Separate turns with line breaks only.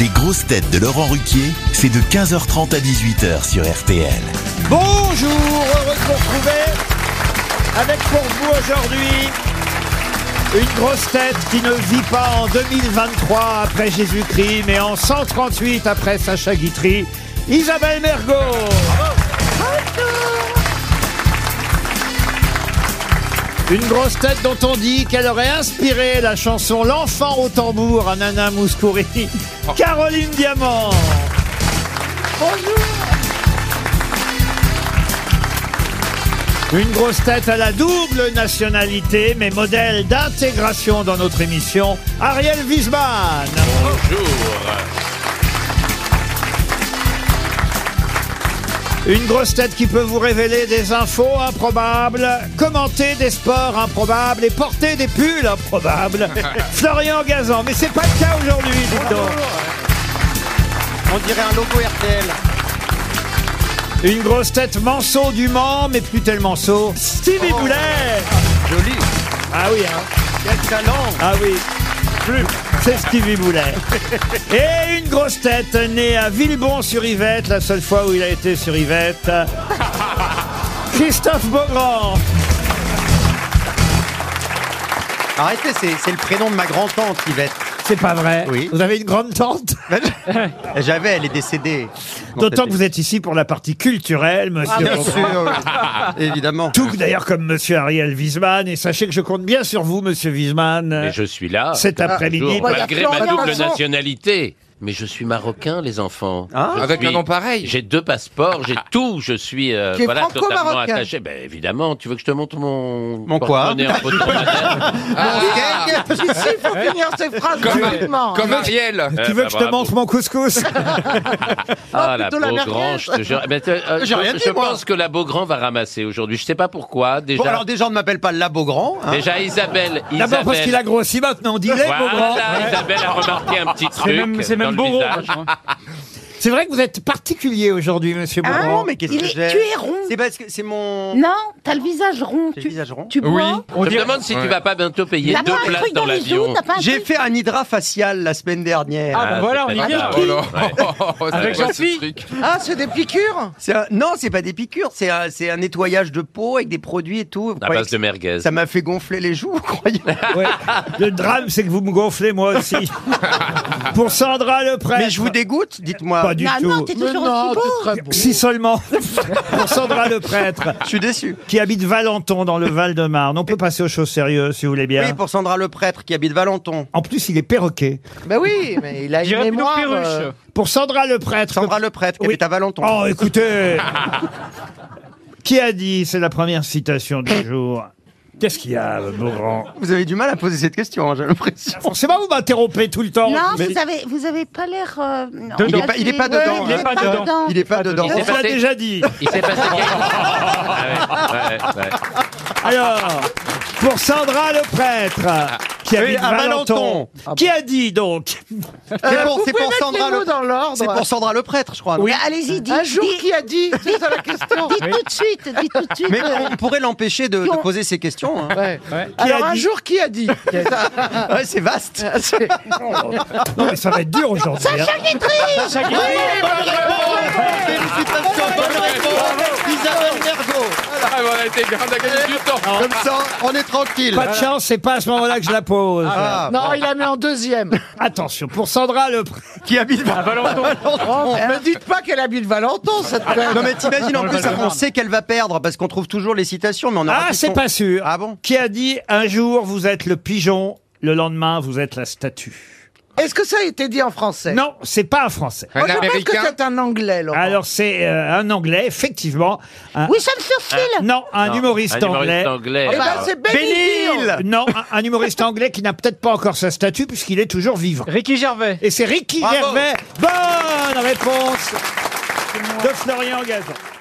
Les grosses têtes de Laurent Ruquier, c'est de 15h30 à 18h sur RTL.
Bonjour, heureux de vous retrouver avec pour vous aujourd'hui une grosse tête qui ne vit pas en 2023 après Jésus-Christ, mais en 138 après Sacha Guitry, Isabelle Mergot. Une grosse tête dont on dit qu'elle aurait inspiré la chanson L'enfant au tambour à Nana Mouskouri, Caroline Diamant. Une grosse tête à la double nationalité, mais modèle d'intégration dans notre émission, Ariel Wiesmann. Une grosse tête qui peut vous révéler des infos improbables, commenter des sports improbables et porter des pulls improbables. Florian Gazan, mais c'est pas le cas aujourd'hui, dites donc.
On dirait un logo RTL.
Une grosse tête manceau du Mans, mais plus tellement sot, Stevie Boulet.
Joli.
Ah oui, hein.
Quel talent.
Ah oui. Plus. C'est Stevie Boulet. Et une grosse tête née à Villebon-sur-Yvette, la seule fois où il a été sur Yvette. Christophe Beaugrand.
Arrêtez, c'est, c'est le prénom de ma grand-tante, Yvette.
C'est pas vrai.
Oui.
Vous avez une grande tante.
J'avais, elle est décédée.
D'autant que vous êtes ici pour la partie culturelle,
Ah,
monsieur.
Bien sûr, oui. évidemment.
Tout d'ailleurs comme monsieur Ariel Wiesman. Et sachez que je compte bien sur vous, monsieur Wiesman.
Mais je Ah, suis là.
Cet après-midi.
toujours, malgré ma double
Vincent.
nationalité. Mais je suis marocain, les enfants.
Ah.
Je
Avec
suis-
un nom pareil. Ah.
J'ai deux passports, j'ai tout. Je suis euh,
Tu es
voilà, totalement
franco-marocain.
attaché. Ben, évidemment, tu veux que je te montre mon
Mon quoi
porte-monnaie en photo modèle
Ah,
Gag.
il faut finir ces phrases rapidement.
Comme Ariel.
Eh
Tu veux
ben,
que je te
bravo.
montre mon couscous
Ah, la
plutôt la merguez.
Beaugrand, je te jure. Eh ben, t'as- euh,
J'ai
je
rien dit,
je
moi.
pense que la Beaugrand va ramasser aujourd'hui. Je sais pas pourquoi. Déjà,
Bon, alors des gens ne m'appellent pas Labo-Grand. hein.
déjà Isabelle.
D'abord parce
Isabelle-
qu'il a grossi maintenant, on dit
Voilà, Isabelle a remarqué un petit truc.
c'est
dans
même
le
beau
visage.
hein.
hein.
C'est vrai que vous êtes particulier aujourd'hui, monsieur
Ah,
Beaugrand.
non, mais qu'est-ce
Il
que
est-
j'ai
tu es rond.
C'est parce que c'est mon...
Non, t'as le visage rond.
J'ai
Tu,
le visage rond.
tu bois.
Je me demande si tu
Ouais.
vas pas bientôt payer
T'as
deux
pas un
places
truc
dans
dans les yeux.
l'avion.
T'as pas un
J'ai
truc-
fait un hydra facial la semaine dernière.
bah
Ah, ben voilà, on y
c'est
vient.
oh
pas mal.
Avec Jean-Phi.
Ah, c'est des piqûres.
C'est un- Non, c'est pas des piqûres, c'est un... c'est un nettoyage de peau avec des produits et tout. Vous
À
Ah,
croyez
bah,
base
que
de merguez.
Ça m'a fait gonfler les joues, vous croyez
Ouais. Le drame, c'est que vous me gonflez moi aussi. Pour Sandra le prêtre.
Mais je vous dégoûte, dites-moi.
Pas du
Non,
tout.
Ah non, t'es toujours aussi beau.
Si seulement. Pour Sandra le prêtre,
Je suis déçu.
qui habite Valenton dans le Val-de-Marne. On peut passer aux choses sérieuses si vous voulez bien.
Oui, pour Sandra le prêtre qui habite Valenton.
En plus, il est perroquet.
Bah oui, mais il a euh,
J'irais plutôt
euh,
perruche.
Pour Sandra le prêtre.
Sandra euh, le prêtre qui
Oui.
habite à Valenton.
Oh, écoutez Qui a dit C'est la première citation du jour. Qu'est-ce qu'il y a, euh, Beaugrand
Vous avez du mal à poser cette question, hein, j'ai l'impression.
Forcément, vous m'interrompez tout le temps.
Non,
Mais-
vous avez, vous avez pas l'air. euh,
Il est pas- il est pas dedans,
Ouais, Il est pas dedans.
Il est pas dedans.
On
C'est
se l'a
passé.
déjà dit.
Il s'est passé quelque Ah ouais, ouais, ouais.
Alors, pour Sandra le prêtre, qui habite
Ah à
Valenton, Ah
Valenton.
qui a dit donc
C'est pour,
vous
c'est
pouvez
pour
mettre
Sandra
les mots
le
dans l'ordre.
C'est pour Sandra le prêtre, je crois. non
Bah, Allez-y, dites.
Un jour
dites-
qui a dit C'est ça la question.
dites tout de suite. Dites tout de suite.
Mais
euh,
on pourrait l'empêcher de, de
Qui ont-
poser ces questions. hein.
Ouais.
Qui
Alors
a
un
dit
jour qui a dit C'est ça.
Bah.
Ouais, c'est vaste.
Non, mais ça va être dur aujourd'hui. hein.
Félicitations, bonne réponse, Isabelle Mergo.
Ah, mais on a été grave à gagner du temps.
Comme ça, on est tranquille.
Pas de chance, c'est pas à ce moment-là que je la pose.
Ah,
Non, il la met en deuxième.
Attention, pour Sandra le prêtre.
qui habite Valenton.
Oh,
ben.
me dites pas qu'elle habite Valenton, cette conne.
Non mais t'imagines en plus, on sait qu'elle va perdre parce qu'on trouve toujours les citations, mais on aura
Ah,
tout
c'est
son-
pas sûr.
Ah bon
Qui a dit un jour vous êtes le pigeon, le lendemain vous êtes la statue
Est-ce que ça a été dit en français
Non, c'est pas un français.
Moi,
Un
je pense que
américain.
c'est un anglais, Laurent.
Alors c'est euh, un anglais, effectivement. Un-
Wilson Churchill.
Non, un
Non,
humoriste
un
anglais.
anglais.
Eh ben, c'est Ah, Benny Hill.
Bénil
Non, un, un humoriste anglais qui n'a peut-être pas encore sa statue puisqu'il est toujours vivant.
Ricky Gervais.
Et c'est Ricky
Bravo.
Gervais. Bonne réponse de Florian Gazan.